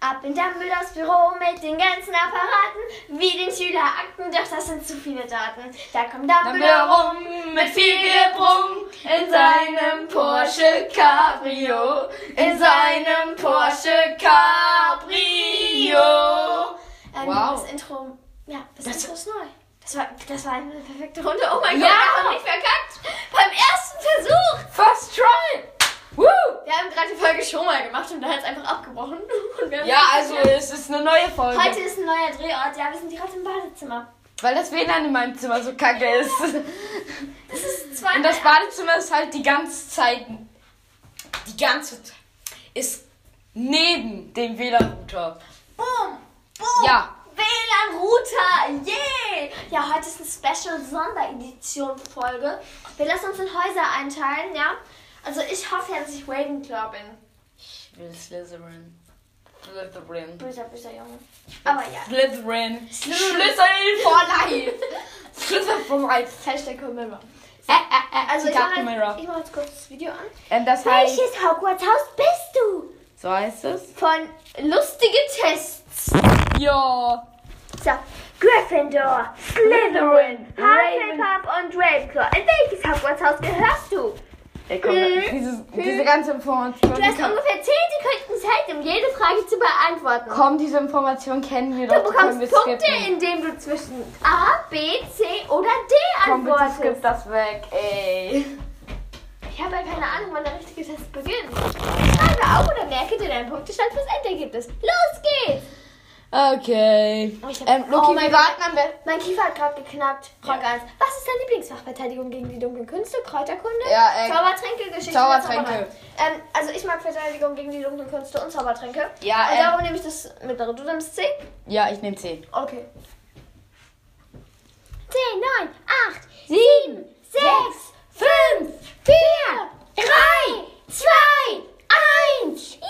Ab in Dumbledores Büro mit den ganzen Apparaten, wie den Schülerakten, doch das sind zu viele Daten. Da kommt Dumbledore rum, mit viel Gebrumm in seinem Porsche Cabrio, in seinem Porsche Cabrio. ähm, Wow. das Intro, ja, das, Das- Intro ist neu. Das war, das war eine perfekte Runde. Oh mein Ja. Gott, wir haben nicht verkackt. Beim ersten Versuch. First try! Woo! Wir haben gerade die Folge schon mal gemacht und dann hat es einfach abgebrochen. Und wir haben- Ja, also es ist eine neue Folge. Heute ist ein neuer Drehort. Ja, wir sind gerade im Badezimmer. Weil das WLAN in meinem Zimmer so kacke ist. Das ist zwei. Und das Badezimmer ist halt die ganze Zeit. Die ganze Zeit. Ist neben dem WLAN-Router. Boom! Boom! Ja. WLAN-Router! Yeah! Ja, heute ist eine Special-Sonderedition-Folge. Wir lassen uns in Häuser einteilen, ja? Also ich hoffe ja, dass ich Ravenclaw bin. Ich will Slytherin. Slytherin. Böser, böser Junge. Aber ja. Slytherin. Slytherin. Schlüssel for life. Schlüssel for life. Hashtag Mirror. Äh, äh, äh, Also ich Dark mache Mirror. jetzt, ich mach jetzt kurz das Video an. Und Ähm, das heißt. Welches Hogwarts-Haus bist du? So heißt es. Von lustige Tests. Ja. So, Gryffindor, Slytherin, Hufflepuff und Ravenclaw. In welches Hogwarts-Haus gehörst du? Ey, komm, Mhm. dieses, diese ganze Information. Du hast ungefähr 10 Sekunden Zeit, um jede Frage zu beantworten. Komm, diese Information kennen wir Du doch. die können bekommst wir Punkte, skippen. indem du zwischen A, B, C oder D Komm, bitte skip antwortest. das weg, ey. Ich habe ja keine Ahnung, wann der richtige Test beginnt. Schreibe auf oder merke dir deinen Punktestand fürs Endergebnis. Los geht's! Okay. Oh, ich hab- Ähm, Oh Loki, mein wir warten am besten. Mein Kiefer hat gerade geknackt. Frage 1. Was ist deine Lieblingsfachverteidigung gegen die dunklen Künste? Kräuterkunde? Ja, äh, Zaubertränke, Geschichte. Zaubertränke. oder Zauberei? Ähm, also ich mag Verteidigung gegen die dunklen Künste und Zaubertränke. Ja, Und ähm, darum nehme ich das mittlere. Du nimmst C? Ja, ich nehme 10. Okay. 10, 9, 8, 7, 6, 5, 4, 3, 2, 1. Yay!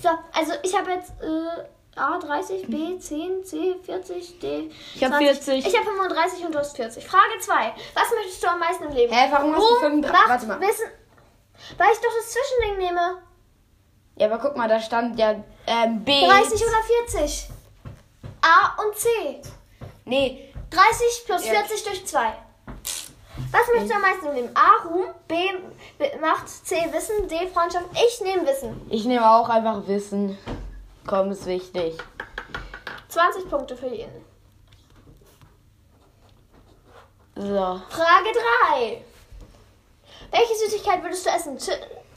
So, also ich habe jetzt äh, A, 30, B, 10, C, 40, D. Ich hab 40. Ich habe 35 und du hast 40. Frage 2. Was möchtest du am meisten im Leben? Hä, warum hast du Ruhm, 35? Macht, Warte mal. Wissen, weil ich doch das Zwischending nehme. Ja, aber guck mal, da stand ja ähm, B. 30 oder 40. A und C. Nee, 30 plus Ja. 40 durch 2. Was möchtest du am meisten nehmen? A, Ruhm, B, B, Macht, C, Wissen, D, Freundschaft. Ich nehme Wissen. ich nehme auch einfach Wissen. Komm, ist wichtig. 20 Punkte für jeden. So. Frage 3. Welche Süßigkeit würdest du essen? Ch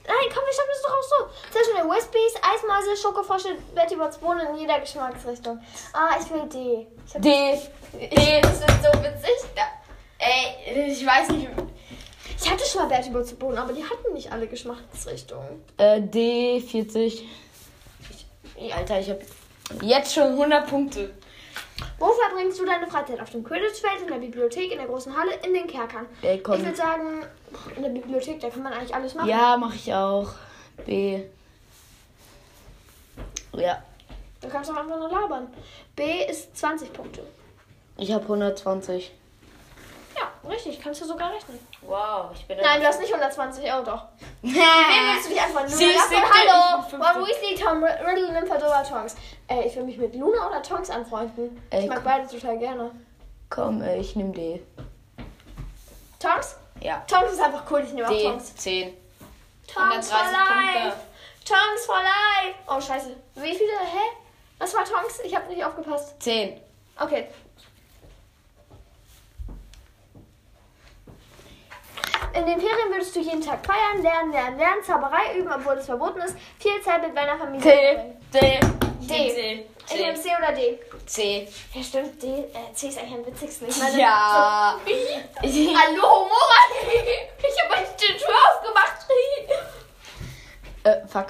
Nein, komm, wir schaffen das doch auch so. Zwischen den Whispies, Eismäuse, Schokofrosche, Betty Bots Bohnen in jeder Geschmacksrichtung. Ah, ich will D. Ich hab- D. D, das ist so witzig. Ey, ich weiß nicht. Ich hatte schon mal Betty Bots Bohnen, aber die hatten nicht alle Geschmacksrichtungen. Äh, D, 40. Ich, Alter, ich hab jetzt schon 100 Punkte. Wo verbringst du deine Freizeit? Auf dem Quidditch-Feld, in der Bibliothek, in der großen Halle, in den Kerkern? Ey, Äh, komm. Ich würde sagen, in der Bibliothek, da kann man eigentlich alles machen. Ja, mach ich auch. B. Ja. Da kannst du auch einfach nur labern. B ist 20 Punkte. Ich habe 120. Ja, richtig, kannst du sogar rechnen. Wow, ich bin Nein, du hast nicht 120, oh doch. Wen willst du dich einfach Sie Luna ist davon? siebte, Hallo! ich bin Ron fünfte. Weasley, Tom R- Riddle, Nymphadora, Tonks. Äh, ich will mich mit Luna oder Tonks anfreunden. Ey, ich mag komm. beide total gerne. Komm, äh, ich nehme D. Tonks? Ja. Tonks ist einfach cool, ich nehme auch D. Tonks. 10. Tongs 130 for life! Punkte. Tongs for life! Oh, scheiße. Wie viele? Hä? Was war Tongs? Ich habe nicht aufgepasst. 10. Okay. In den Ferien würdest du jeden Tag feiern, lernen, lernen, lernen, Zauberei üben, obwohl es verboten ist, viel Zeit mit deiner Familie verbringen. D. D. Ich nehme C oder D. C. Ja, stimmt, D, äh, C ist eigentlich am witzigsten. Ich meine, Ja. so- Hallo, Moran! Ich habe euch die Tür aufgemacht! äh, fuck.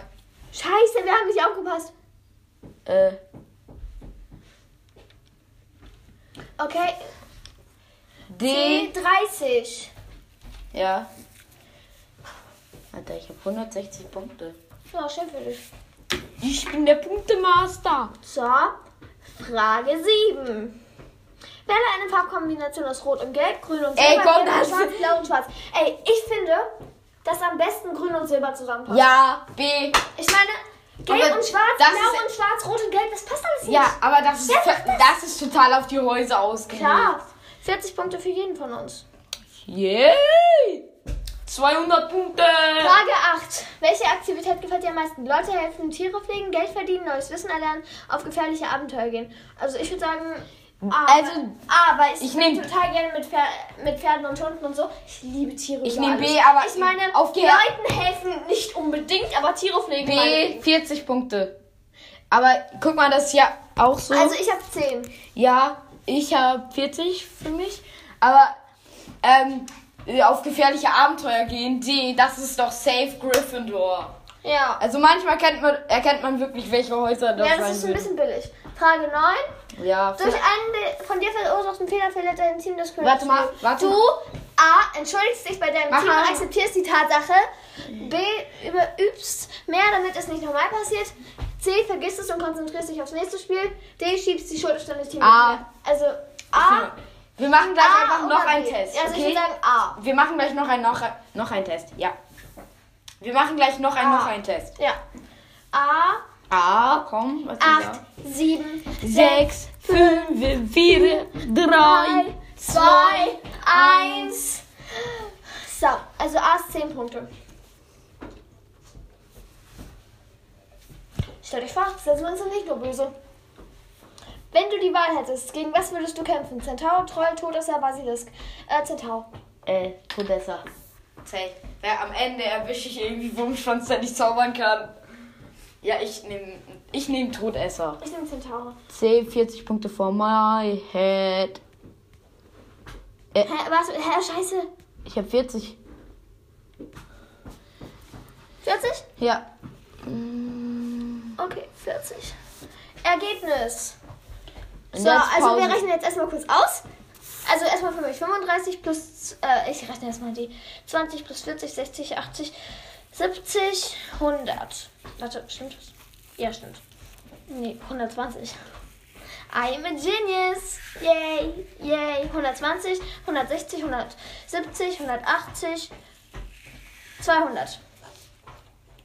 Scheiße, wir haben nicht aufgepasst. Äh, Okay, D. D30. Ja. Alter, ich habe 160 Punkte. Ja, schön für dich. Ich bin der Punktemaster. So, Frage 7. Wähle eine Farbkombination aus Rot und Gelb, Grün und Silber, Ey, komm, Gelb und das- Schwarz, Blau und Schwarz. Ey, ich finde, dass am besten Grün und Silber zusammenpasst. Ja. B. Ich meine, Gelb Aber und schwarz, das blau ist- und schwarz, rot und gelb, das passt alles nicht. Ja, aber das ist, Wer ver- das ist total auf die Häuser ausgelegt. Klar. 40 Punkte für jeden von uns. Yay! 200 Punkte! Frage 8. Welche Aktivität gefällt dir am meisten? Leute helfen, Tiere pflegen, Geld verdienen, neues Wissen erlernen, auf gefährliche Abenteuer gehen. Also ich würde sagen, aber, Also, aber ich, ich bin nehm- total gerne mit, Pfer mit Pferden und Hunden und so. Ich liebe Tiere. Ich über nehm alles. B, aber ich meine, auf auf Ge- Leuten helfen nicht unbedingt, aber Tiere pflegen. B, meinetwegen. 40 Punkte. Aber guck mal, das ist ja auch so. Also ich habe 10. ja, ich habe 40 für mich. Aber ähm, auf gefährliche Abenteuer gehen, D, das ist doch safe Gryffindor. Ja. Also manchmal kennt man, erkennt man wirklich, welche Häuser das Ja, sein das ist ein sind. bisschen billig. Frage 9. ja, Durch einen de- von dir verursachten Fehler verliert dein Team das Credit. Warte mal, warte Du mal. A. Entschuldigst dich bei deinem Mach Team mal. und akzeptierst die Tatsache. B. Über, übst mehr, damit es nicht nochmal passiert. C. Vergisst es und konzentrierst dich aufs nächste Spiel. D. Schiebst die Schuld auf deine Team. A. Also A. Wir machen gleich A einfach noch oder einen B. Test. Also ich Ah. Okay? würde sagen A. Wir machen gleich noch einen noch, noch einen Test. Ja. Wir machen gleich noch einen Ah. noch einen Test. Ja. A. Ah, komm, was 8, Genau. 7, 6, 5, 4, 3, 2, 1. So, also A ist 10 Punkte. Stell dich vor, das ist uns nicht nur böse. Wenn du die Wahl hättest, gegen was würdest du kämpfen? Centaur, Troll, Todesser, Basilisk? Äh, Centaur. Äh, Todessa. Ja, am Ende erwische ich irgendwie Wurmschwanz, der nicht zaubern kann. Ja, ich nehme ich nehm Todesser. Ich nehme Centaur. C, 40 Punkte for my head. Hä, was? Hä, scheiße. Ich habe 40. 40? Ja. Mm. Okay, 40. Ergebnis. Und So, jetzt also wir Pause. rechnen jetzt erstmal kurz aus. Also erstmal für mich 35 plus, äh, ich rechne erstmal die 20 plus 40, 60, 80, 70, 100. Warte, stimmt das? Ja, stimmt. Nee, 120. I'm a genius. Yay, yay. 120, 160, 170, 180, 200.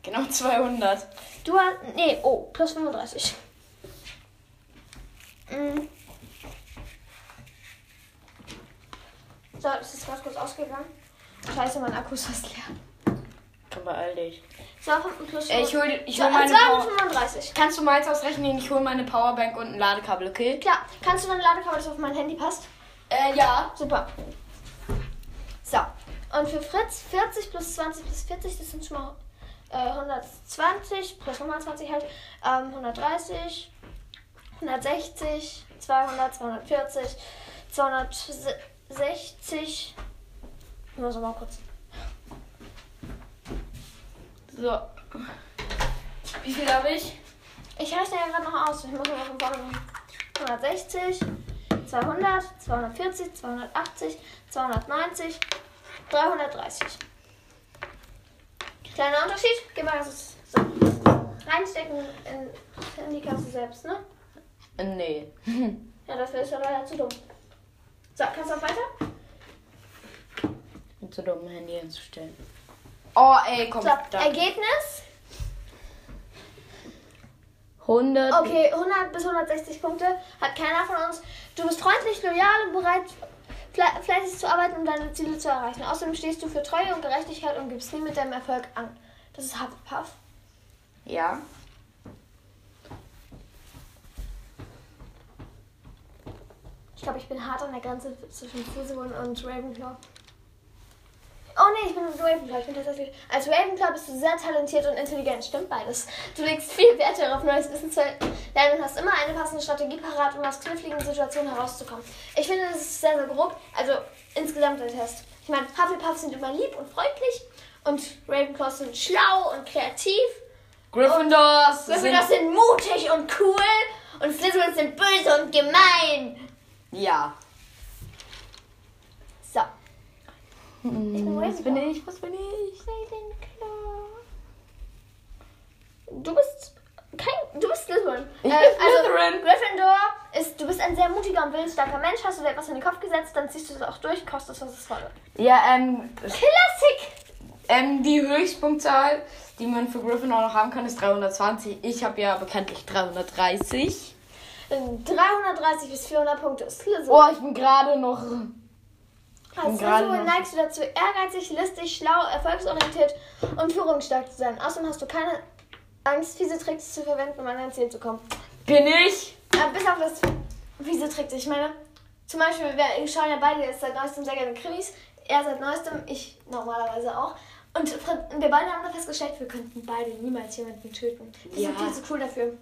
Genau 200. Du hast, nee, oh, plus 35. Mm. So, das ist ganz kurz ausgegangen. Scheiße, mein Akku ist fast leer. Komm beeil dich. So, kommt ein plus Äh, ich hol, ich so, hol meine zwei mit Power 35. Kannst du meins ausrechnen? Ich hol meine Powerbank und ein Ladekabel, okay? Klar, kannst du meine Ladekabel, das auf mein Handy passt? Äh, ja. Super. So, und für Fritz 40 plus 20 plus 40, das sind schon mal äh, 120 plus 120 halt, ähm, 130, 160, 200, 240, 260. Ich muss noch mal kurz. So. Wie viel habe ich? Ich rechne ja gerade noch aus, ich muss noch von vorne machen. 160, 200, 240, 280, 290, 330. Kleiner Unterschied, geh mal das so. reinstecken in, in die Kasse selbst, ne? Äh, Nee. Ja, dafür ist er leider zu dumm. So, kannst du auch weiter? Bin zu dumm, Handy hinzustellen. Oh, ey, komm. So, da. Ergebnis? 100. Okay, 100 bis 160 Punkte hat keiner von uns. Du bist freundlich, loyal und bereit, fle- fleißig zu arbeiten, um deine Ziele zu erreichen. Außerdem stehst du für Treue und Gerechtigkeit und gibst nie mit deinem Erfolg an. Das ist Hufflepuff. Ja. Ich glaube, ich bin hart an der Grenze zwischen Fusion und Ravenclaw. Oh nee, ich bin mit Ravenclaw. Ich bin tatsächlich. Als Ravenclaw bist du sehr talentiert und intelligent. Stimmt beides. Du legst viel Wert darauf, neues Wissen zu lernen und hast immer eine passende Strategie parat, um aus kniffligen Situationen herauszukommen. Ich finde, das ist sehr, sehr grob. Also insgesamt der Test. Ich meine, Hufflepuffs sind immer lieb und freundlich und Ravenclaws sind schlau und kreativ. Gryffindors. Gryffindors sind- sind mutig und cool und Slytherins sind böse und gemein. Ja. So. Hm, Was bin ich? Was bin ich? Du bist kein. Du bist Slytherin. Ich bin Slytherin. Gryffindor ist. Du bist ein sehr mutiger und willensstarker Mensch. Hast du dir etwas in den Kopf gesetzt, dann ziehst du es auch durch, kostet es, was es wolle. Ja, ähm. Klassik! Ähm, die Höchstpunktzahl, die man für Gryffindor noch haben kann, ist 320. Ich habe ja bekanntlich 330. 330 bis 400 Punkte ist Slytherin. Oh, ich bin gerade noch. Als gerade Slytherin noch- neigst du dazu, ehrgeizig, listig, schlau, erfolgsorientiert und führungsstark zu sein. Außerdem hast du keine Angst, fiese Tricks zu verwenden, um an dein Ziel zu kommen. Bin ich? Äh, bis auf das fiese Tricks. Ich meine, zum Beispiel, wir schauen ja beide jetzt seit neuestem sehr gerne Krimis. Er seit neuestem, ich normalerweise auch. Und Fred- wir beide haben da festgestellt, wir könnten beide niemals jemanden töten. Wir sind Ja. viel zu cool dafür.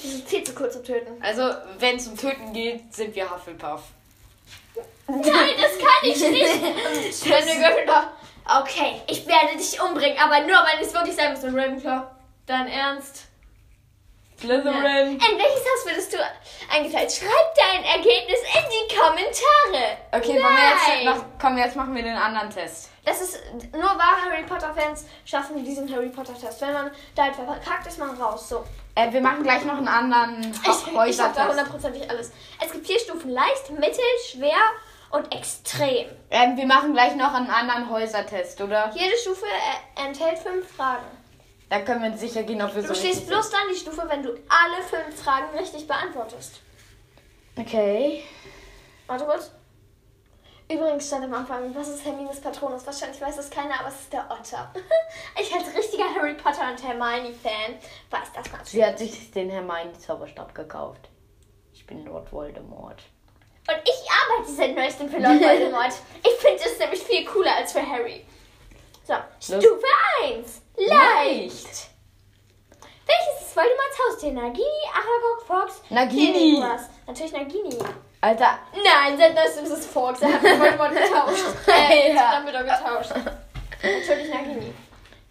Wir sind viel zu cool zum Töten. Also, wenn es um Töten geht, sind wir Hufflepuff. Nein, das kann ich nicht. Wenn wir Gryffindor. Okay, ich werde dich umbringen, aber nur, wenn es wirklich sein muss. Und Ravenclaw, dein Ernst? Slytherin. In welches Haus würdest du eingeteilt? Schreib dein Ergebnis in die Kommentare. Okay, wollen wir jetzt Nein. noch, komm, jetzt machen wir den anderen Test. Das ist nur wahre Harry Potter Fans schaffen diesen Harry Potter Test. Wenn man da halt verkackt ist, man raus. So. Äh, wir machen gleich noch einen anderen Ich, ich hab da Häusertest. hundertprozentig alles. Es gibt vier Stufen: leicht, mittel, schwer und extrem. Ähm, wir machen gleich noch einen anderen Häusertest, oder? Jede Stufe äh, enthält fünf Fragen. Da können wir sicher gehen, ob wir so. Du stehst bloß dann die Stufe, wenn du alle fünf Fragen richtig beantwortest. Okay. Warte kurz. Übrigens stand am Anfang, was ist Hermines Patronus? Wahrscheinlich weiß das keiner, aber es ist der Otter. ich als richtiger Harry Potter und Hermione-Fan weiß das natürlich. Sie hat sich den Hermione-Zauberstab gekauft. Ich bin Lord Voldemort. Und ich arbeite seit neuestem für Lord Voldemort. ich finde es nämlich viel cooler als für Harry. So, Stufe 1. Leicht. Welches ist Voldemorts Haustier? Nagini, Aragog, Fox? Nagini. Killingworth. Natürlich Nagini. Alter, Nein, seit neuestem ist es Fox. Er hat mit Voldemort getauscht. Äh, Ja. dann wird er getauscht. Natürlich Nagini.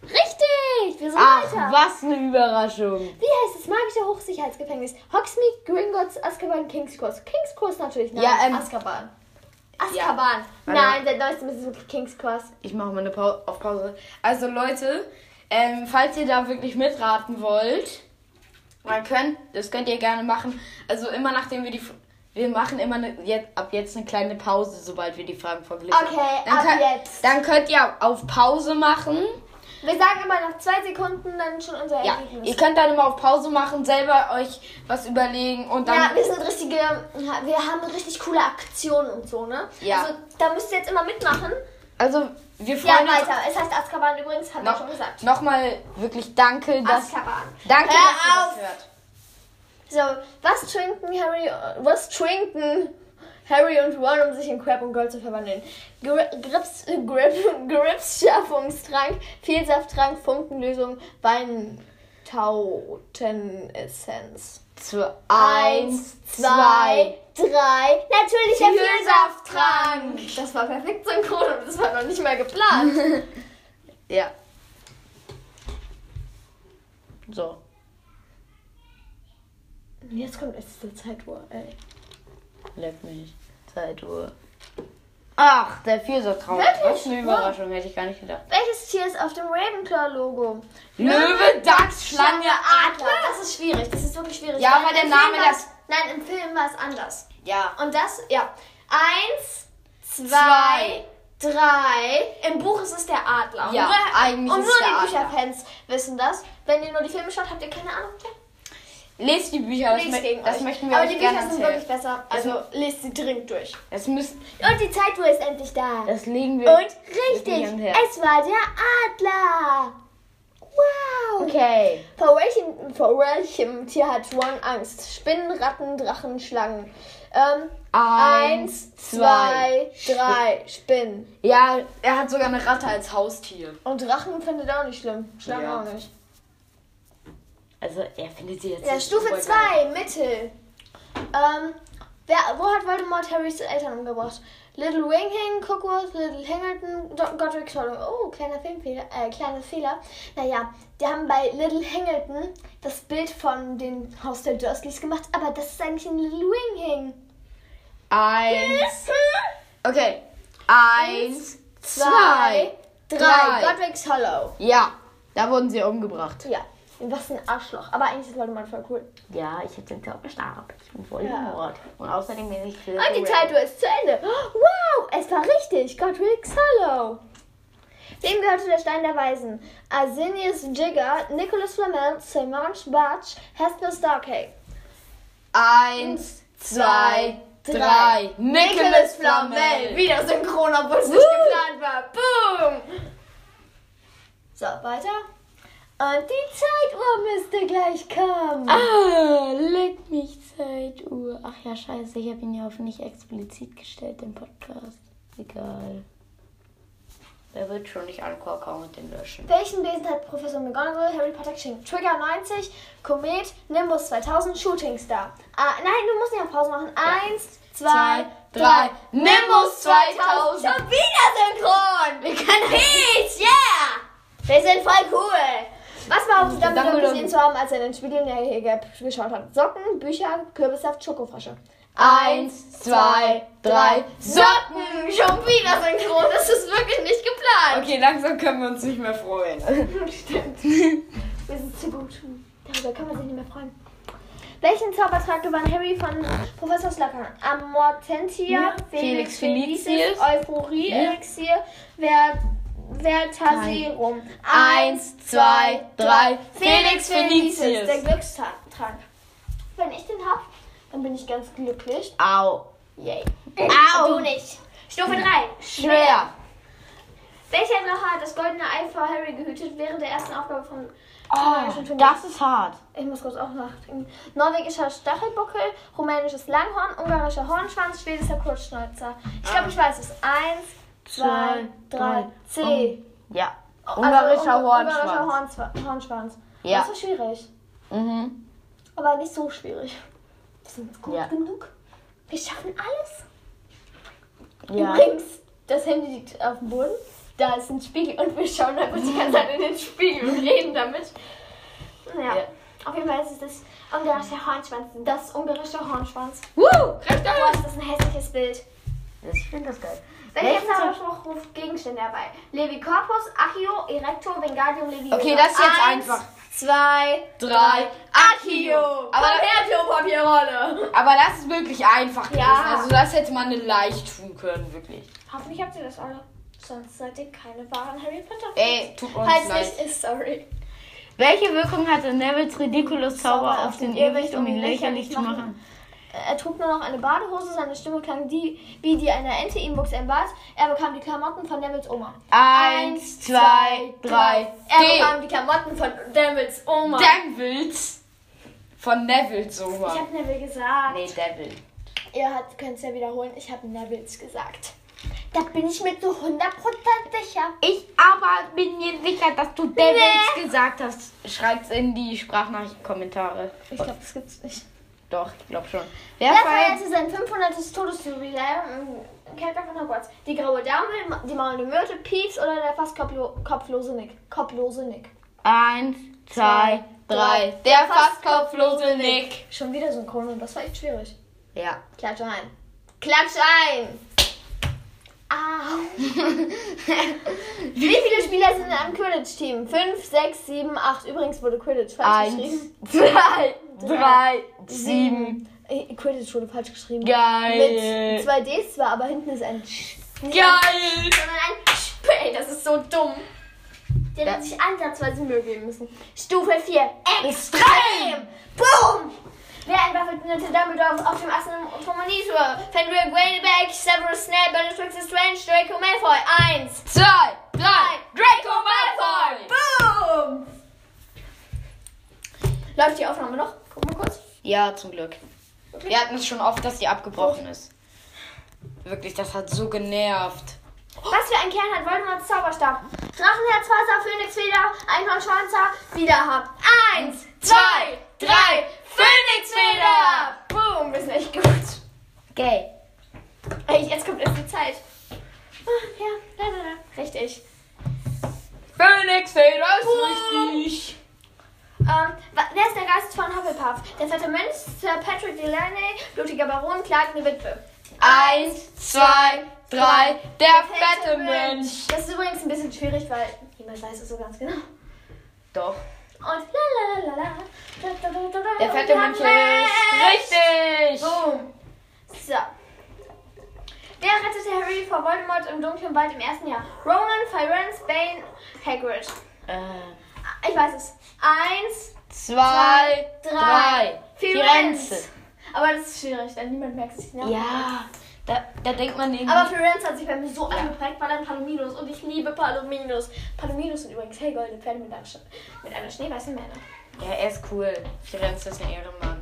Richtig, wir sind ach, weiter. was eine Überraschung. Wie heißt das magische Hochsicherheitsgefängnis? Hogsmeade, Gringotts, Azkaban, King's Cross. King's Cross natürlich, nein. Ja, ähm, Azkaban. Azkaban. Warte. Nein, seit neuestem ist es wirklich King's Cross. Ich mache mal eine Pau auf Pause. Also Leute, ähm, falls ihr da wirklich mitraten wollt, dann könnt, das könnt ihr gerne machen. Also immer nachdem wir die, F- wir machen immer eine, jetzt, ab jetzt eine kleine Pause, sobald wir die Fragen vorgelesen haben. Okay, Dann ab könnt- jetzt. Dann könnt ihr auf Pause machen. Wir sagen immer nach zwei Sekunden dann schon unser Ja, ihr Ergebnis. könnt dann immer auf Pause machen, selber euch was überlegen und dann. Ja, wir sind richtige, wir haben richtig coole Aktionen und so, ne? Ja. Also, da müsst ihr jetzt immer mitmachen. also wir Ja, freuen weiter. Es heißt Azkaban übrigens, haben wir schon uns gesagt. noch, noch mal wirklich danke, dass Azkaban. danke, Hör dass ihr das auf! hört. So, was trinken Harry, äh, was trinken Harry und Ron, um sich in Crab und Gold zu verwandeln? Gri- Grips, äh, Grip, Gripsschärfungstrank, Vielsafttrank, Funkenlösung, Wein, Tautenessenz. Zu eins, zwei. drei. Natürlich der Vielsafttrank. Vielsafttrank. Das war perfekt synchron und das war noch nicht mal geplant. Ja. So. Jetzt kommt es zur äh, Zeituhr, ey. Leck mich. Zeit Uhr. Ach, der Viersertraum. Wirklich? Was eine Überraschung, hätte ich gar nicht gedacht. Welches Tier ist auf dem Ravenclaw-Logo? Löwe, Dachs, Schlange, Schlange, Adler. Adler. Das ist schwierig, das ist wirklich schwierig. Ja, weil der Im Name Film war das- es- Nein, im Film war es anders. Ja. Und das, ja. Eins, zwei, Zwei. drei. Im Buch ist es der Adler. Ja, und nur, eigentlich und ist nur der die Adler. Bücherfans wissen das. Wenn ihr nur die Filme schaut, habt ihr keine Ahnung. Lest die Bücher, das, Nichts mö gegen das euch. möchten wir Aber die euch Bücher gerne sind erzählen. wirklich besser. Also, lest sie dringend durch. Das, müssen, Und die Zeituhr ist endlich da. das legen wir. und legen richtig, wir her. es war der Adler. Wow. Okay. Vor welchem, vor welchem Tier hat Ron Angst? Spinnen, Ratten, Drachen, Schlangen. Ähm, eins, zwei, drei. Spinnen. Ja, er hat sogar eine Ratte als Haustier. Und Drachen findet er auch nicht schlimm. Schlangen Ja. auch nicht. Also, er findet sie jetzt. Ja, nicht Stufe super 2, Mittel. Ähm, wer, wo hat Voldemort Harrys Eltern umgebracht? Little Wingham, Cookworth, Little Hangleton, Do- Godric Hollow. Oh, kleiner Filmfehler, äh, kleiner Fehler. Naja, die haben bei Little Hangleton das Bild von den Haus der Dursleys gemacht, aber das ist eigentlich ein Little Wingham. geil. Eins. Okay. Eins, zwei. drei. drei. Godric's Hollow. Ja, da wurden sie umgebracht. Ja, was ein Arschloch. Aber eigentlich ist Voldemort voll cool. Ja, ich hab den Zauberstab. Ich bin Voldemort. Und außerdem bin ich Ah, Und die Zeituhr ist zu Ende. Wow, es war richtig. Godric's Hollow. Wem gehörte der Stein der Weisen? Arsenius Jigger, Nicholas Flamel, Simon Batch, Hesper Starkey. Eins, zwei, drei. Nicholas Flamel. Wieder synchron, obwohl es nicht geplant war. Boom! So, weiter. Und die Zeituhr müsste gleich kommen. Ah, leck mich Zeituhr. Ach ja, scheiße, ich habe ihn ja auf nicht explizit gestellt, den Podcast. Egal. Wer wird schon nicht Anchor-Account den löschen? Welchen Besen hat Professor McGonagall Harry Potter geschenkt? Trigger 90, Komet, Nimbus 2000, Shooting Star. Ah, nein, du musst nicht auf Pause machen. Eins, zwei, drei. Nimbus 2000. Schon wieder synchron. Wir können Peach, yeah. Wir sind voll cool. Was behauptet Dumbledore Dumbledore. gesehen zu haben, als er in den Spiegeln der Hege geschaut hat? Socken, Bücher, Kürbissaft, Schokofrosche. Eins, zwei, drei. Socken! Schon wieder synchron. Das ist wirklich nicht geplant. Okay, langsam können wir uns nicht mehr freuen. Stimmt. Wir sind zu gut. Darüber kann man sich nicht mehr freuen. Welchen Zaubertrank gewann Harry von Professor Slughorn? Amortentia, Felix Felicis, Euphorie, Elixier, Ver Vertasirum. Eins, zwei, drei. Felix Felicis. Der Glückstrank. Wenn ich den hab, dann bin ich ganz glücklich. Au. Yay. Au. Du nicht. Stufe 3. Schwer. Welcher Drache hat das goldene Ei vor Harry gehütet während der ersten Aufgabe von Ah, Oh, das ist hart. Ich muss kurz auch nachdenken. Norwegischer Stachelbuckel, rumänisches Langhorn, ungarischer Hornschwanz, schwedischer Kurzschnäuzer. Ich glaube, ich weiß es. Eins, zwei, drei, C. Ja. Also, Ungarischer ungar- Ungarischer Hornschwanz. Hornzwa- Hornschwanz. Ja. Das war schwierig, Mhm. aber nicht so schwierig. Wir sind gut Ja. genug. Wir schaffen alles. Ja. Übrigens, das Handy liegt auf dem Boden. Da ist ein Spiegel und wir schauen einfach die ganze Zeit in den Spiegel und reden damit. Ja. Ja. Auf jeden Fall ist es das ungarische Hornschwanz. Das ungarische Hornschwanz. Woo! Boah, ist das ein hässliches Bild. Ich finde das geil. Welcher Welchen Zauberspruch ruft Gegenstände herbei? Levi Corpus, Achio, Erector, Vingadium, Levi. Okay, das ist jetzt einfach. Zwei, Drei. Achio. Aber- her, Klopapierrolle. Aber das ist wirklich einfach gewesen. Ja. Also das hätte man leicht tun können, wirklich. Hoffentlich habt ihr das alle. Sonst seid ihr keine wahren Harry Potter. Ey, tut uns Falls leid. nicht, ist sorry. Welche Wirkung hatte Neville's Ridiculous Zauber auf den Irrwicht, um ihn lächerlich zu machen? Er trug nur noch eine Badehose, seine Stimme klang die, wie die einer Ente, ihm wuchs ein Bart. Er bekam die Klamotten von Nevils Oma. Eins, zwei, drei. Er Geh. bekam die Klamotten von Nevils Oma. Devils. Von Neville Ich sogar. hab Neville gesagt. Nee, Devil. Ihr habt- könnt es ja wiederholen, ich habe Nevils gesagt. Da bin ich mir zu 100% sicher. Ich aber bin mir sicher, dass du Neville's gesagt hast. Schreibt's in die Sprachnachricht-Kommentare. Ich glaube, das gibt's nicht. Doch, ich glaube schon. Er Wer feiert? feierte sein 500. Todesjubiläum im Kerker von Hogwarts. Die graue Dame, die maulende Myrte, Pieps oder der fast kopflo kopflose Nick. Kopflose Nick. Eins, zwei, Drei. Der fast kopflose Nick. Schon wieder synchron und das war echt schwierig. Ja. Klatsch ein. Klatsch ein! Au! Wie viele Spieler sind in einem Quidditch-Team? 5, 6, 7, 8. Übrigens wurde Quidditch falsch Eins, geschrieben. zwei, drei, sieben. Äh, Quidditch wurde falsch geschrieben. Mit Geil. zwei Ds zwar, aber hinten ist ein Sch. Nicht Geil. Ein, sondern ein Sch. Ey, das ist so dumm. Der Ja. hätte sich ansatzweise Mühe geben müssen. Stufe 4. Extrem! Boom! Wer ein Waffel nannte Dumbledore auf dem Assen im Promonitor? Fenrir Greyback, Severus Snape, Bellatrix Strange, Draco Malfoy. Eins, Zwei, drei. Draco Malfoy. Boom! Läuft die Aufnahme noch? Guck mal kurz. Ja, zum Glück. Wir hatten es schon oft, dass die abgebrochen ist. Wirklich, das hat so genervt. Was für ein Kern hat Voldemorts Zauberstab? Drachenherz, Wasser, Phönixfeder, Einhornschwanzer, Wiederhab. Eins, zwei, drei, Phönixfeder! Boom, wir sind echt gut. Gay. Ey, jetzt kommt erst die Zeit. Ah, Ja, da, da, da. Richtig. Phoenix Feder ist richtig. Ähm, wa- wer ist der Geist von Hufflepuff? Der fette Mönch, Sir Patrick Delaney, blutiger Baron, klagende Witwe. Eins, zwei, drei. Der fette Mensch. Das ist übrigens ein bisschen schwierig, weil niemand weiß es so ganz genau. Doch. Und la la la la la. Da, da, da, da, da. Der fette Und Mensch Mensch. ist richtig. Boom. So. Wer rettete Harry vor Voldemort im dunklen Wald im ersten Jahr? Ronan, Firenze, Bane, Hagrid. Äh, Ich weiß es. Eins, zwei, drei. Firenze. Aber das ist schwierig, denn niemand merkt sich. Ne? Ja, da, da denkt man irgendwie. Aber Firenze hat sich bei mir so eingeprägt, weil dann Palominos und ich liebe Palominos. Palominos sind übrigens hellgoldene Pferde mit einer, Sch- mit einer schneeweißen Mähne. ja, er ist cool. Firenze ist ein Ehrenmann.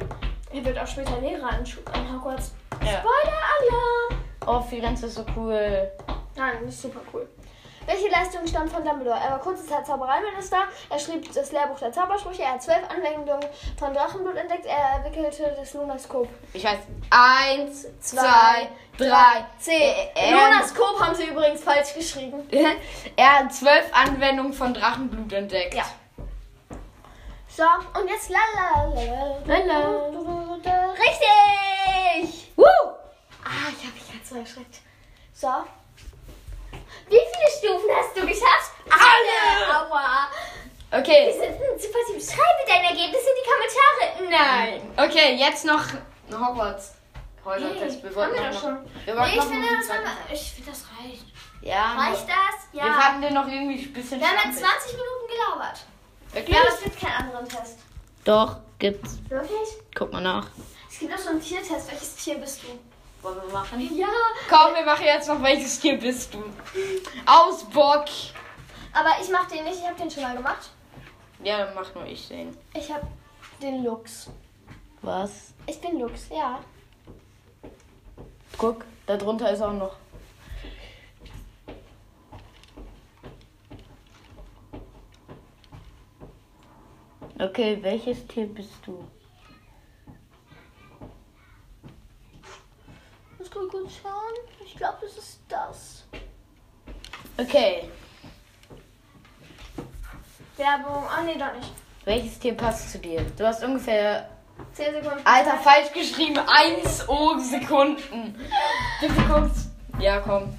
Er wird auch später Lehrer an, Schu- an Hogwarts. Ja. Spoiler-Alarm! Oh, Firenze ist so cool. Nein, das ist super cool. Welche Leistung stammt von Dumbledore? Er war kurze Zeit Zaubereiminister, er schrieb das Lehrbuch der Zaubersprüche, er hat zwölf Anwendungen von Drachenblut entdeckt, er entwickelte das Lunaskop. Ich weiß. Eins, zwei, drei. C. Ähm. Lunaskop haben sie übrigens falsch geschrieben. er hat zwölf Anwendungen von Drachenblut entdeckt. Ja. So, und jetzt lalala. Lala. Richtig! Woo! Ah, ich habe mich ganz so erschreckt. So. Wie viele Stufen hast du geschafft? Alle! Aua! Wir Okay, sind ein super Team. Schreibe dein Ergebnis in die Kommentare. Nein! okay, jetzt noch ein Hogwarts. Häuser-Test. Wir wollten haben wir noch- doch schon. Wir wollten Nee, ich noch finde, einen das zweiten- haben wir, ich finde, das reicht. Ja. Reicht das? Ja. Wir haben den noch irgendwie ein bisschen Wir haben jetzt schwammig. 20 Minuten gelabert. Wirklich? Ja, aber es gibt keinen anderen Test. Doch, gibt's. Wirklich? Guck mal nach. Es gibt auch schon einen Tiertest. Welches Tier bist du? Wollen wir machen? Ja, Komm, wir machen jetzt noch welches Tier bist du? Aus Bock. aber ich mache den nicht. Ich habe den schon mal gemacht. Ja, dann mach nur ich den. Ich habe den Lux. Was? Ich bin Lux, ja. Guck, da drunter ist auch noch. Okay, welches Tier bist du? Muss gut, gut schauen. Ich glaube, das ist das. Okay. Werbung. Ah, nee, doch nicht. Welches Tier passt zu dir? Du hast ungefähr 10 Sekunden. Alter, falsch geschrieben. 1 oh Sekunden. Du bekommst. Ja, komm.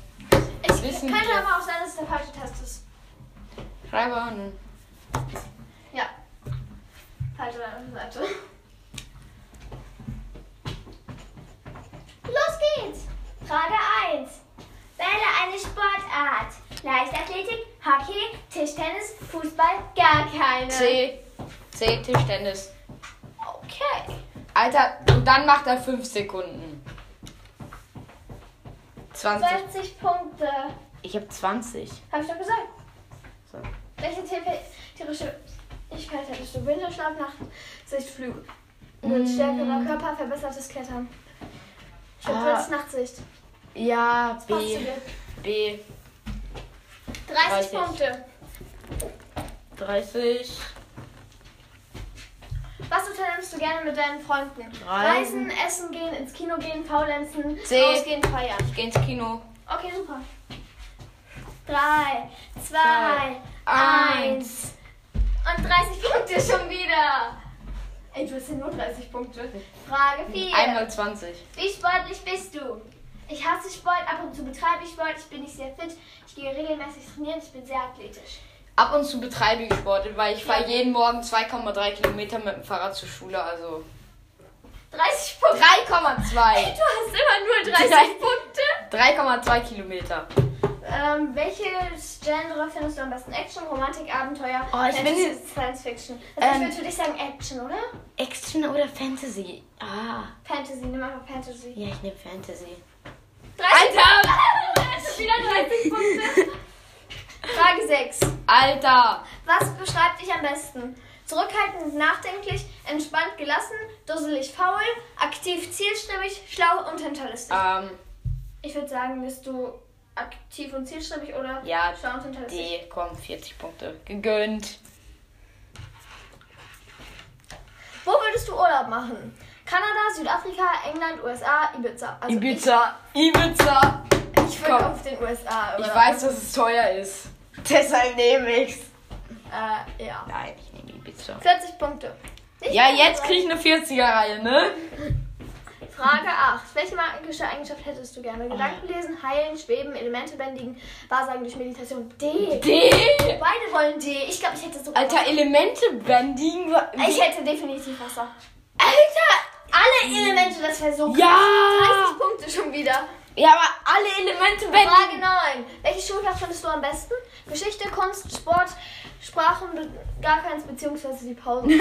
Ich wissen kann wir. aber auch sein, dass es der falsche Test ist. Schreibe an. Ja. Falsche Seite. Los geht's! Frage 1. Wähle eine Sportart. Leichtathletik, Hockey, Tischtennis, Fußball, gar keine. C. C. Tischtennis. Okay. Alter, und dann macht er 5 Sekunden. 20. 20 Punkte. Ich habe 20. Hab ich doch gesagt. So. Welche Tier- tierische halt Fähigkeit hättest du? Winterschlaf, Nacht, Sicht, Flüge. Mm. Mit stärkerer Körper, verbessertes Klettern. Ich hab Ah. plötzlich Nachtsicht. Ja, Passt zu B. dir. B. 30, 30. Punkte. 30. Was unternimmst du gerne mit deinen Freunden? Reisen. Reisen, essen gehen, ins Kino gehen, faulenzen, C. ausgehen, feiern. Ich gehe ins Kino. Okay, super. 3, 2, eins. 1. Und 30 Punkte schon wieder. Ey, du hast ja nur 30 Punkte. Frage 4. Einmal 20. Wie sportlich bist du? Ich hasse Sport, ab und zu betreibe ich Sport, ich bin nicht sehr fit, ich gehe regelmäßig trainieren, ich bin sehr athletisch. Ab und zu betreibe ich Sport, weil ich fahre Ja. jeden Morgen 2,3 Kilometer mit dem Fahrrad zur Schule, also 30 Punkte. Ey, 3,2. du hast immer nur 30 Drei. Punkte. 3,2 Kilometer. Ähm, welches Genre findest du am besten? Action, Romantik, Abenteuer, Oh, ich Fantasy, finde- Science Fiction. Also Ähm. ich würde für dich sagen Action, oder? Action oder Fantasy? Ah, Fantasy, nimm einfach Fantasy. ja, ich nehme Fantasy. 30 Das ist wieder 30 Punkte. Frage 6. Alter, Was beschreibt dich am besten? Zurückhaltend, nachdenklich, entspannt, gelassen, dusselig, faul, aktiv, zielstrebig, schlau und hinterlistig. ähm, Ich würde sagen, bist du aktiv und zielstrebig oder Ja, schlau und hinterlistig? D, komm, 40 Punkte. Gegönnt. Wo würdest du Urlaub machen? Kanada, Südafrika, England, USA, Ibiza. Also Ibiza, Ibiza. Ich, ich Komm. würde auf den USA. Ich Urlaub. weiß, dass es teuer ist. Deshalb nehme ich's. Äh, ja. Nein, ich nehme Ibiza. 40 Punkte. Nicht Ja, mehr jetzt dabei. krieg ich eine 40er-Reihe, ne? Frage 8. Welche magische Eigenschaft hättest du gerne? Gedanken lesen, heilen, schweben, Elemente bändigen, Wahrsagen durch Meditation. D. D. Beide wollen D. Ich glaube, ich hätte sogar. Alter, Elemente bändigen. wa- ich wie- hätte definitiv Wasser. Alter! Alle Elemente, das wäre so. Ja! 30 Punkte schon wieder. Ja, aber alle Elemente Frage bändigen. 9. Welche Schulfach findest du am besten? Geschichte, Kunst, Sport, Sprachen, gar keins, beziehungsweise die Pause.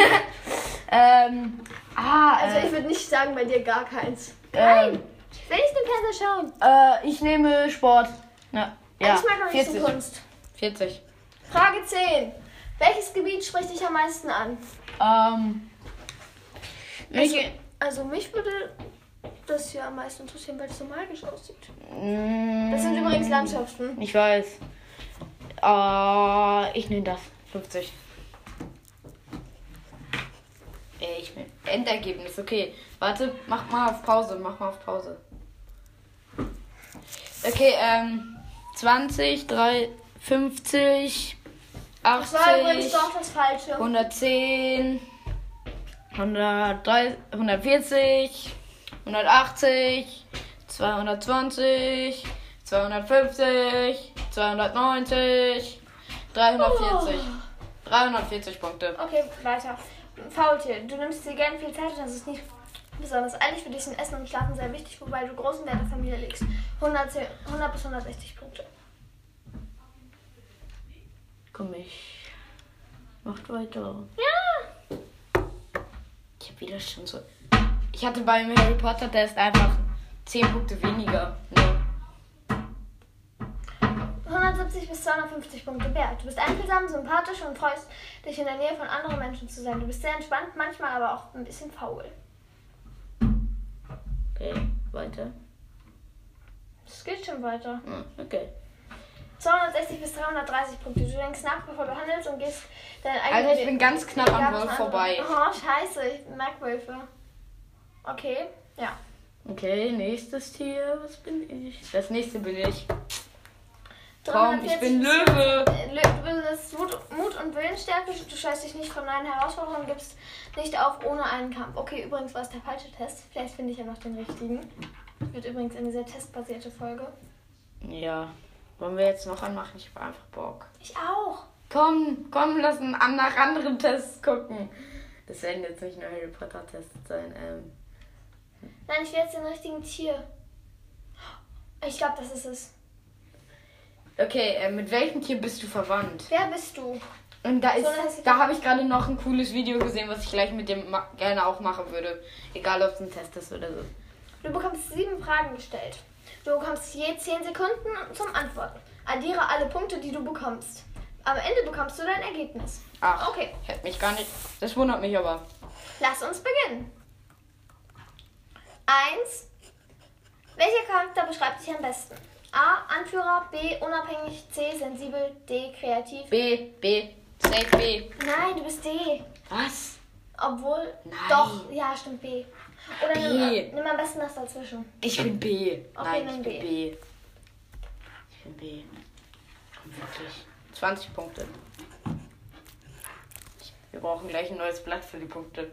Ähm, ah, Also äh, ich würde nicht sagen, bei dir gar keins. ähm, Wenn ich den Fernseher schauen. äh, ich nehme Sport. Na, ja, ich mag auch nicht so Kunst. 40. Frage 10. Welches Gebiet spricht dich am meisten an? Ähm, welche, Also mich würde das hier am meisten interessieren, weil es so magisch aussieht. Mm, Das sind übrigens Landschaften. Ich weiß. Äh, ich nehme das. 50. Äh, Ich will. Endergebnis, okay. Warte, mach mal auf Pause, mach mal auf Pause. Okay, ähm, 20, 3, 50, Das war übrigens 80, doch das Falsche. 110, 130, 140, 180, 220, 250, 290, 340. 340 Punkte. Okay, weiter. Faultier, du nimmst dir gerne viel Zeit und das ist nicht besonders eilig für dich. Sind Essen und Schlafen sehr wichtig, wobei du großen Wert auf Familie legst. 110, 100 bis 160 Punkte. Komm ich. Macht weiter. Ich hab wieder schon so. Ich hatte beim Harry Potter Test einfach 10 Punkte weniger. Ne? 170 bis 250 Punkte wert. Du bist einfühlsam, sympathisch und freust dich in der Nähe von anderen Menschen zu sein. Du bist sehr entspannt, manchmal aber auch ein bisschen faul. Okay, weiter. Es geht schon weiter. Hm, Okay. 260 bis 330 Punkte. Du denkst nach, bevor du handelst und gehst deinen eigenen Also ich bin ganz knapp am Gab's Wolf noch vorbei. andere? Oh, scheiße, ich mag Wölfe. Okay, ja. Okay, nächstes Tier, was bin ich? Das nächste bin ich. 340 Komm, ich bin Löwe. Lö- Du bist Mut, Mut und Willensstärke, du scheißt dich nicht von neuen Herausforderungen, gibst nicht auf ohne einen Kampf. Okay, übrigens war es der falsche Test. Vielleicht finde ich ja noch den richtigen. Wird übrigens eine sehr testbasierte Folge. Ja, wollen wir jetzt noch einen machen? Ich hab einfach Bock. Ich auch. Komm, komm, lass einen an- nach anderen Tests gucken. Das werden jetzt nicht nur Harry Potter Tests sein. Ähm, Nein, ich will jetzt den richtigen Tier. Ich glaube, das ist es. okay, äh, mit welchem Tier bist du verwandt? Wer bist du? Und da ist, So, das ist- da habe ich gerade noch ein cooles Video gesehen, was ich gleich mit dem ma- gerne auch machen würde. Egal, ob es ein Test ist oder so. Du bekommst sieben Fragen gestellt. Du bekommst je zehn Sekunden zum Antworten. Addiere alle Punkte, die du bekommst. Am Ende bekommst du dein Ergebnis. Ach, Okay. hätte mich gar nicht. Das wundert mich aber. Lass uns beginnen. 1. Welcher Charakter beschreibt dich am besten? A. Anführer, B. Unabhängig, C. Sensibel, D. Kreativ. B, B, safe B. Nein, du bist D. Was? Obwohl. Nein. Doch, ja, stimmt B. Oder B. Nimm, nimm am besten das dazwischen. Ich bin B. dann Nein, ich bin B. Ich bin B. ne? Komm, wirklich. 20 Punkte. Ich- Wir brauchen gleich ein neues Blatt für die Punkte.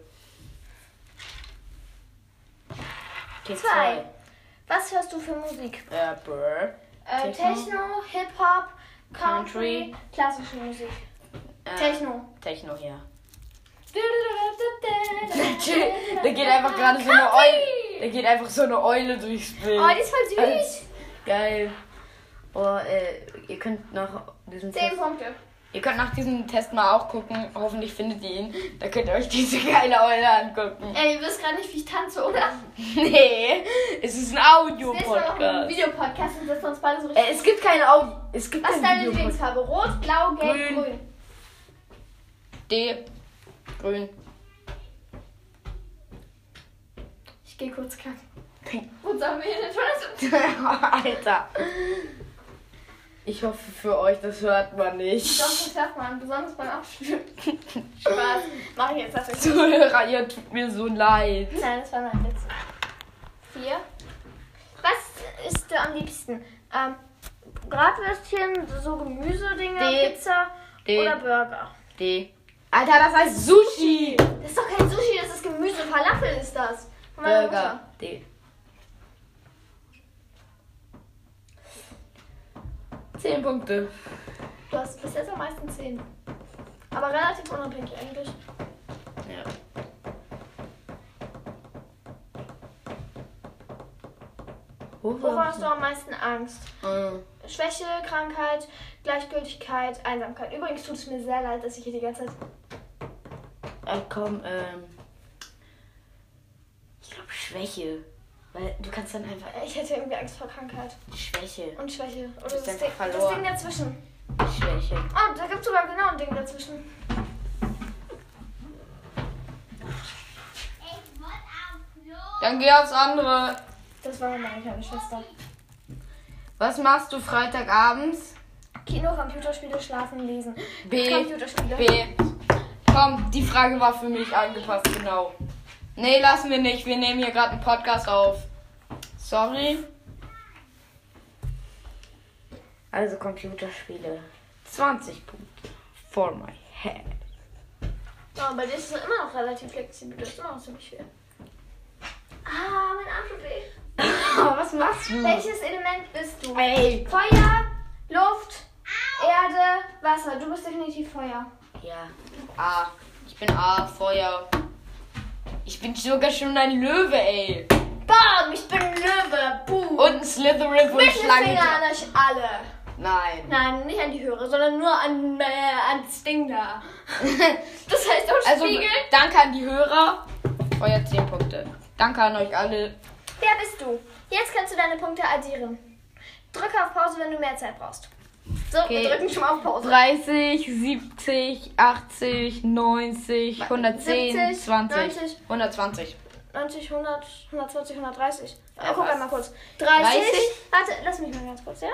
Okay, Zwei. Was hörst du für Musik? Äh, Brr. Äh, Techno. Techno, Hip-Hop, Country, Country. klassische Musik. Äh, Techno. Techno, ja. da geht einfach gerade so eine Eule. Da geht einfach so eine Eule durchs Bild. Oh, die ist voll Äh. süß. Geil. Oh, äh, ihr könnt nach diesen Zehn Punkte. Ihr könnt nach diesem Test mal auch gucken. Hoffentlich findet ihr ihn. Da könnt ihr euch diese geile Eule angucken. Ey, ihr wisst gerade nicht, wie ich tanze, oder? Nee, es ist ein Das nächste Mal machen wir einen Audio-Podcast. Videopodcast und setzen uns beide so richtig. Äh, es gibt kein Audio. Es gibt Was ist kein deine Video. Lieblingsfarbe? Rot, blau, gelb, Grün. grün. D. Grün. Ich gehe kurz kacken. Gut, sagen wir hier schon. Alter. Ich hoffe für euch, das hört man nicht. Doch, das darf man, besonders beim Abschwimmen. Spaß. Mach ich jetzt das nicht. Zuhörer, ihr tut mir so leid. Nein, das war mein Witz. Vier. Was isst du am liebsten? Ähm, Bratwürstchen, so Gemüsedinge, D. Pizza D. oder Burger? D. Alter, das heißt Sushi. Das ist doch kein Sushi, das ist Gemüse. Falafel ist das. Von meiner Mutter. Burger. D. Zehn Punkte. Du hast bis jetzt am meisten zehn. Aber relativ unabhängig eigentlich. Ja. Wovor hast du am meisten Angst? Mhm. Schwäche, Krankheit, Gleichgültigkeit, Einsamkeit. Übrigens tut es mir sehr leid, dass ich hier die ganze Zeit. Äh, komm, ähm. Ich glaube Schwäche. Weil du kannst dann einfach. äh, äh, Ich hätte irgendwie Angst vor Krankheit Schwäche. und Schwäche. Oder bist das einfach Ding, das verloren. Ding dazwischen. Schwäche. Oh, da gibt es sogar genau ein Ding dazwischen. Dann geh aufs andere. Das war meine kleine Schwester. Was machst du Freitagabends? Kino, Computerspiele, Schlafen, Lesen. B. Computerspiele. B. Komm, die Frage war für mich angepasst, genau. Nee, lassen wir nicht. Wir nehmen hier gerade einen Podcast auf. Sorry. Also Computerspiele. 20 Punkte. For my head. Ja, bei dir ist es immer noch relativ flexibel. Das ist immer noch ziemlich viel. Ah, mein Arm tut weh. Was machst Hm. du? Welches Element bist du? Ey. Feuer, Luft, Erde, Wasser. Du bist definitiv Feuer. Ja. A. Ich bin A, Feuer. Ich bin sogar schon ein Löwe, ey. Bam, ich bin Löwe. Boom. Und ein Slytherin, wo ich Schlange. Mittelfinger an euch alle. Nein. Nein, nicht an die Hörer, sondern nur an, äh, ans Ding da. Das heißt auch Also, Spiegel. danke an die Hörer. Euer 10 Punkte. Danke an euch alle. Wer bist du? Jetzt kannst du deine Punkte addieren. Drücke auf Pause, wenn du mehr Zeit brauchst. So, Okay. wir drücken schon mal auf Pause. 30, 70, 80, 90, 110, 70, 20. 90. 120. 90, 100, 120, 130. Ja, Äh, guck was? einmal kurz. 30. 30? Warte, lass mich mal ganz kurz, ja?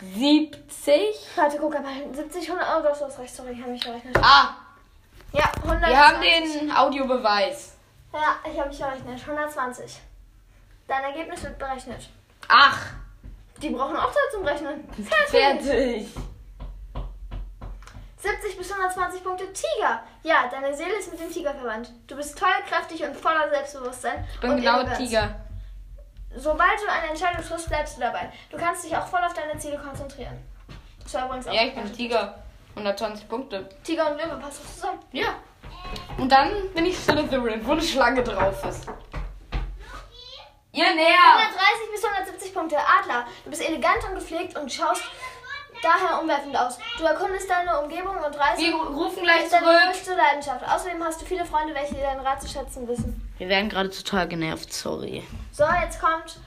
70. Warte, guck einmal. 70, 100. Oh, doch, du hast recht. Sorry, ich habe mich verrechnet. Ah, Ja, 100. wir haben den Audiobeweis. Ja, ich habe mich verrechnet. 120. Dein Ergebnis wird berechnet. Ach, Die brauchen auch Zeit zum Rechnen. Fertig. fertig. 70 bis 120 Punkte Tiger. Ja, deine Seele ist mit dem Tiger verwandt. Du bist toll, kräftig und voller Selbstbewusstsein. Ich bin und genau Ehrgeiz. Tiger. Sobald du eine Entscheidung triffst, bleibst du dabei. Du kannst dich auch voll auf deine Ziele konzentrieren. Das war übrigens auch. Ja, ich bin Tiger. 120 Punkte. Tiger und Löwe passt doch zusammen. Ja. Und dann bin ich Slytherin, wo eine Schlange drauf ist. Ihr näher. 130 bis 170 Punkte. Adler, du bist elegant und gepflegt und schaust daher umwerfend aus. Du erkundest deine Umgebung und reist. Wir rufen gleich ist deine zurück. größte Leidenschaft. Außerdem hast du viele Freunde, welche deinen Rat zu schätzen wissen. Wir werden gerade total genervt, sorry. So, jetzt kommt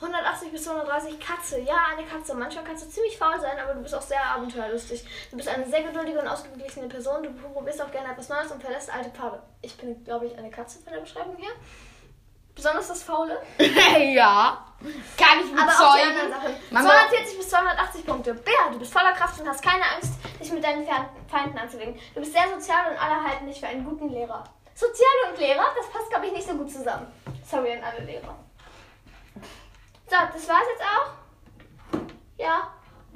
180 bis 130 Katze. Ja, eine Katze. Manchmal kannst du ziemlich faul sein, aber du bist auch sehr abenteuerlustig. Du bist eine sehr geduldige und ausgeglichene Person. Du probierst auch gerne etwas Neues und verlässt alte Pfade. Ich bin, glaube ich, eine Katze von der Beschreibung her. Besonders das Faule. ja. Kann ich Aber auch die anderen bezeugen. Sachen. Mama. 240 bis 280 Punkte. Bär, du bist voller Kraft und hast keine Angst, dich mit deinen Fer- Feinden anzulegen. Du bist sehr sozial und alle halten dich für einen guten Lehrer. Sozial und Lehrer, das passt, glaube ich, nicht so gut zusammen. Sorry an alle Lehrer. So, das war's jetzt auch. Ja.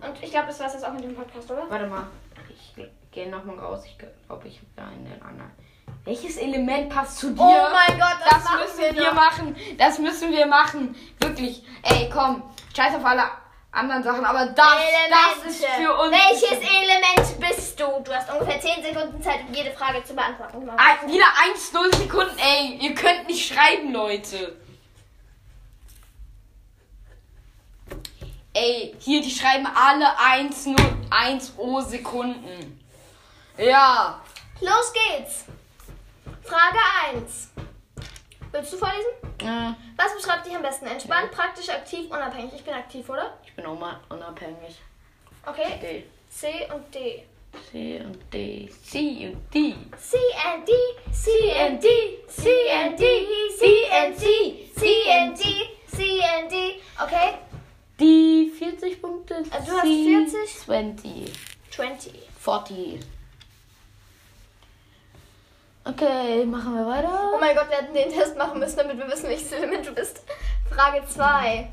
Und ich glaube, das war's jetzt auch mit dem Podcast, oder? Warte mal. Ich gehe nochmal raus. Ich glaube, ich habe da einen anderen. Welches Element passt zu dir? Oh mein Gott, das, Das machen müssen wir, wir, noch. machen. Das müssen wir machen. Wirklich. Ey, komm. Scheiß auf alle anderen Sachen. Aber das, Elemente. das ist für uns. Welches Element bist du? Du hast ungefähr 10 Sekunden Zeit, um jede Frage zu beantworten. Ah, Wieder 1-0 Sekunden. Ey, ihr könnt nicht schreiben, Leute. Ey, hier, die schreiben alle 1-0, 1-0 oh, Sekunden. Ja. Los geht's! Frage 1. Willst du vorlesen? Äh, Was beschreibt dich am besten? Entspannt, praktisch, aktiv, unabhängig. Ich bin aktiv, oder? Ich bin auch mal unabhängig. Okay. D, C und D. C und D, C und D. C and D, C and D, C and D, C and D, C and D, C and D. Okay. Die 40 Punkte. Äh, Also du hast 40? 20. 20. 40. Okay, machen wir Oh weiter. mein Gott, wir hätten den Test machen müssen, damit wir wissen, welches Element du bist. Frage 2.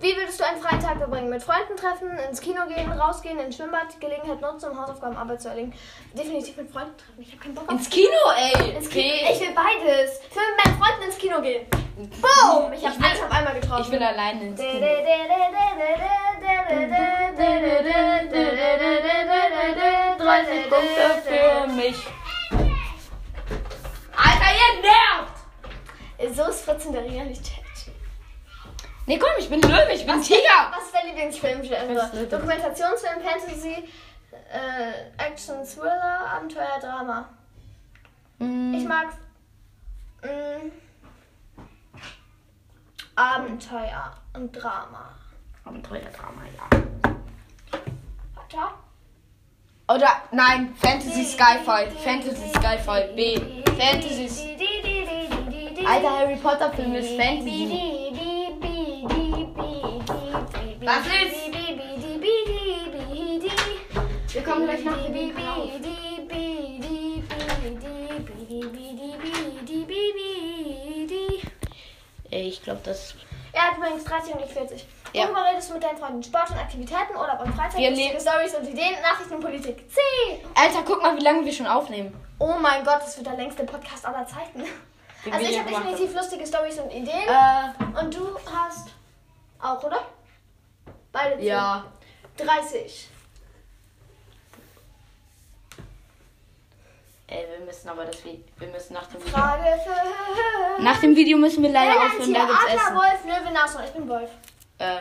Wie würdest du einen freien Tag verbringen? Mit Freunden treffen, ins Kino gehen, rausgehen, ins Schwimmbad, Gelegenheit nutzen, um Hausaufgaben, Arbeit zu erledigen. Definitiv mit Freunden treffen. Ich habe keinen Bock auf Ins Kino, ey. ins Kino. Okay. Ich will beides. Ich will mit meinen Freunden ins Kino gehen. Boom! Ich habe alles auf einmal getroffen. Ich will alleine ins Kino. Punkte für mich. Alter, ihr nervt! So ist Fritz in der Realität. Nee, komm, ich bin Löwe, ich bin Tiger. Was ist dein Lieblingsfilm? Was ist das? Dokumentationsfilm, Fantasy, äh, Action, Thriller, Abenteuer, Drama. Hm. Ich mag mm, Abenteuer und Drama. Abenteuerdrama, ja. Warte. Oder nein, Fantasy Skyfall. Fantasy Skyfall. B. Fantasy. Alter Harry Potter Film ist Fantasy. Was ist? Wir kommen gleich nach dem Weg raus. Ich glaube, das. Er hat übrigens 30 und ich 40. Ja. Worüber redest du mit deinen Freunden? Sport und Aktivitäten, Urlaub und Freizeit, Wir lustige leben- Stories und Ideen, Nachrichten und Politik. C. Alter, guck mal, wie lange wir schon aufnehmen. Oh mein Gott, das wird der längste Podcast aller Zeiten. Den Also wir ich hier habe gemacht Ähm. definitiv lustige Stories und Ideen. haben. Und du hast auch, oder? Beide Äh, ja. 10. 30. Ey, wir müssen aber das Video. Wir müssen nach dem Video. Frage für... Nach dem Video müssen wir leider Wer ein aufhören, Tier? da gibt's Adler, Essen. Wolf, Löwe, Nashorn. Ich bin Wolf. Äh,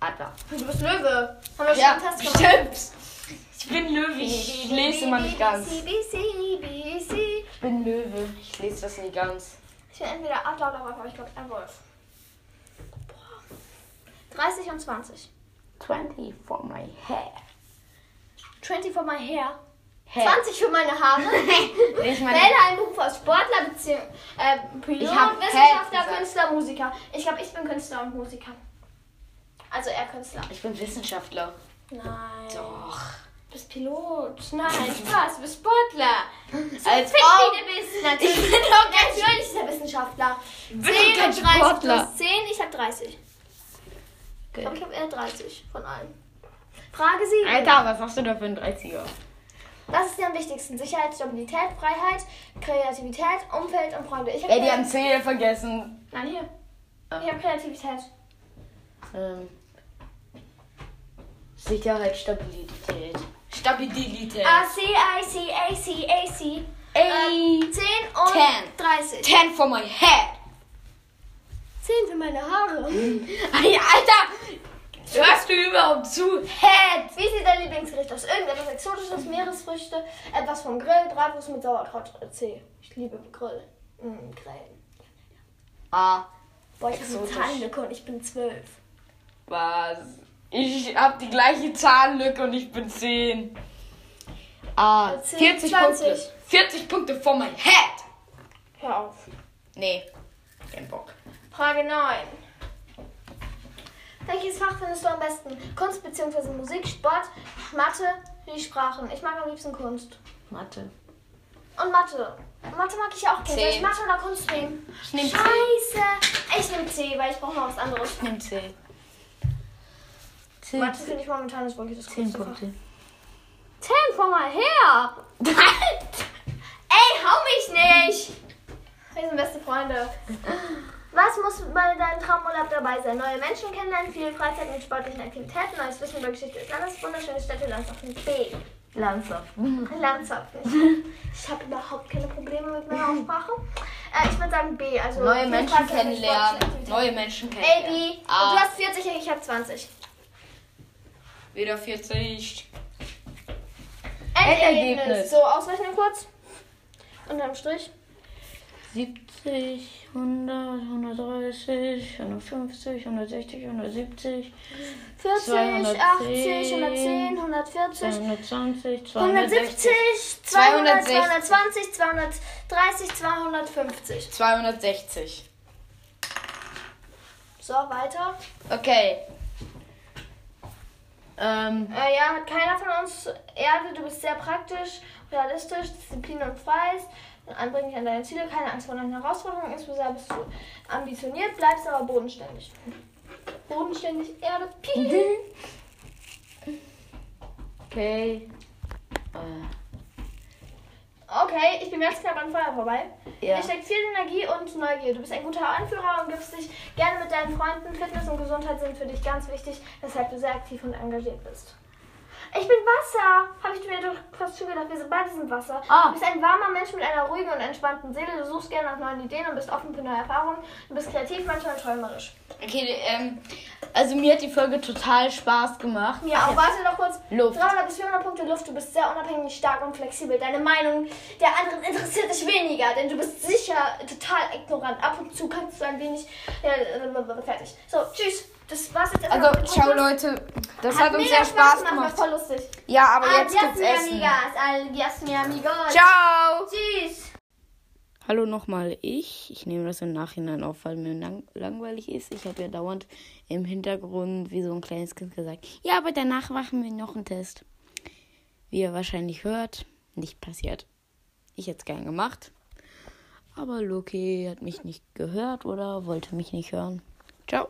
Adler. Du bist Löwe. Haben wir schon Ja, einen Test gemacht? stimmt. Ich bin Löwe, ich lese immer nicht ganz. BBC, BBC. Ich bin Löwe, ich lese das nie ganz. Ich bin entweder Adler oder Wolf, aber ich glaube eher Wolf. Boah. 30 und 20. 20 for my hair. 20 für mein Hair. Hey. 20 für meine Haare. Nee, ich meine- Wähle einen Beruf aus Sportler, Beziehung, äh, Pilot, Ich hab Head Wissenschaftler, gesagt. Künstler, Musiker. Ich glaube, ich bin Künstler und Musiker. Also eher Künstler. Ich bin Wissenschaftler. Nein. Doch. Du bist Pilot. Nein, Spaß. Du bist Sportler. So Als fit ob. wie du bist. Natürlich. Ich bin doch Natürlich ist er Wissenschaftler. 10 doch kein und 30 Sportler. plus 10. Ich habe 30. Ich glaube, ich habe eher 30 von allen. Frage Sie. Alter, was hast du da für einen 30er? Was ist dir am wichtigsten? Sicherheit, Stabilität, Freiheit, Kreativität, Umfeld und Freunde. Ich hab Ey, die haben 10 vergessen. Nein, hier. Ah. Ich habe Kreativität. Ähm. Sicherheit, Stabilität. Stabilität. A, C, I, C, A, C, A, C. Ey. 10 und Ten. 30. 10 for my head. 10 für meine Haare. Ey, Alter! Hörst du überhaupt zu? Head. Wie sieht dein Lieblingsgericht aus? Irgendetwas Exotisches, Meeresfrüchte, etwas vom Grill, Bratwurst mit Sauerkraut. äh, C. Ich liebe Grill. Mm, Grillen. Ah, Boah, ich habe Exotisch. Zahlen bekommen. Ich bin 12. was? Ich hab die gleiche Zahlenlücke und ich bin 10. Ah, 10, 40 20. Punkte. 40 Punkte for my head. Hör auf. Nee, kein Bock. Frage 9. Welches Fach findest du am besten? Kunst bzw. Musik, Sport, Mathe, die Sprachen. Ich mag am liebsten Kunst. Mathe. Und Mathe. Mathe mag ich auch gerne. Soll ich Zehn. Mathe oder Kunst nehmen? Ich nehm 10. Scheiße. Ich nehme C, weil ich brauche mal was anderes. Ich nehm 10. Mathe finde ich momentan ist wirklich das 10 coolste Fach. Punkte. 10 von mal her. Ey, hau mich nicht. Wir sind beste Freunde. Was muss bei deinem Traumurlaub dabei sein? Neue Menschen kennenlernen, viel Freizeit mit sportlichen Aktivitäten, neues Wissen über Geschichte des Landes, wunderschöne Städte, Landschaften. B. Landsaft. Landschaften. Ich habe überhaupt keine Probleme mit meiner Aussprache. Äh, ich würde sagen B. Also Neue viel Menschen Freizeit mit kennenlernen. sportlichen Neue Menschen Aktivitäten. kennenlernen. A, B. Und du Ah, hast 40, ich habe 20. wieder 40. Endergebnis. Endergebnis. So, ausrechnen kurz. Unterm Strich. 70, 100, 130, 150, 160, 170, 40, 210, 80, 110, 220, 140, 260. 170, 200, 220, 260. 230, 250. 260. So, weiter. Okay. Ähm, Äh, ja, hat keiner von uns. Erde, du bist sehr praktisch, realistisch, disziplin und freies. Anbring dich an deine Ziele, keine Angst vor neuen Herausforderungen. Insbesondere bist du ambitioniert, bleibst aber bodenständig. Bodenständig, Erde, Pi. okay. Äh, Okay, ich bin ganz knapp an Feuer vorbei. Ja. Hier steckt viel Energie und Neugier. Du bist ein guter Anführer und gibst dich gerne mit deinen Freunden. Fitness und Gesundheit sind für dich ganz wichtig, weshalb du sehr aktiv und engagiert bist. Ich bin Wasser. Habe ich mir doch fast schon gedacht. Wir sind beide sind Wasser. Ah. Du bist ein warmer Mensch mit einer ruhigen und entspannten Seele. Du suchst gerne nach neuen Ideen und bist offen für neue Erfahrungen. Du bist kreativ, manchmal träumerisch. Okay, ähm, also mir hat die Folge total Spaß gemacht. Ja, aber warte noch kurz. Luft. 300 bis 400 Punkte Luft. Du bist sehr unabhängig, stark und flexibel. Deine Meinung der anderen interessiert dich weniger, denn du bist sicher total ignorant. Ab und zu kannst du ein wenig... Ja, äh, fertig. So, tschüss. Das war's jetzt. erstmal Also, mit dem ciao Podcast. Leute. Das hat, Hat uns mega sehr Spaß war gemacht. Ah, Voll lustig. Ja, aber jetzt Adios, gibt's mi Essen. amigas. Adios, mi amigos. Ciao. Tschüss. Hallo nochmal ich. Ich nehme das im Nachhinein auf, weil mir lang langweilig ist. Ich habe ja dauernd im Hintergrund wie so ein kleines Kind gesagt, ja, aber danach machen wir noch einen Test. Wie ihr wahrscheinlich hört, nicht passiert. Ich hätte es gern gemacht. Aber Loki hat mich nicht gehört oder wollte mich nicht hören. Ciao.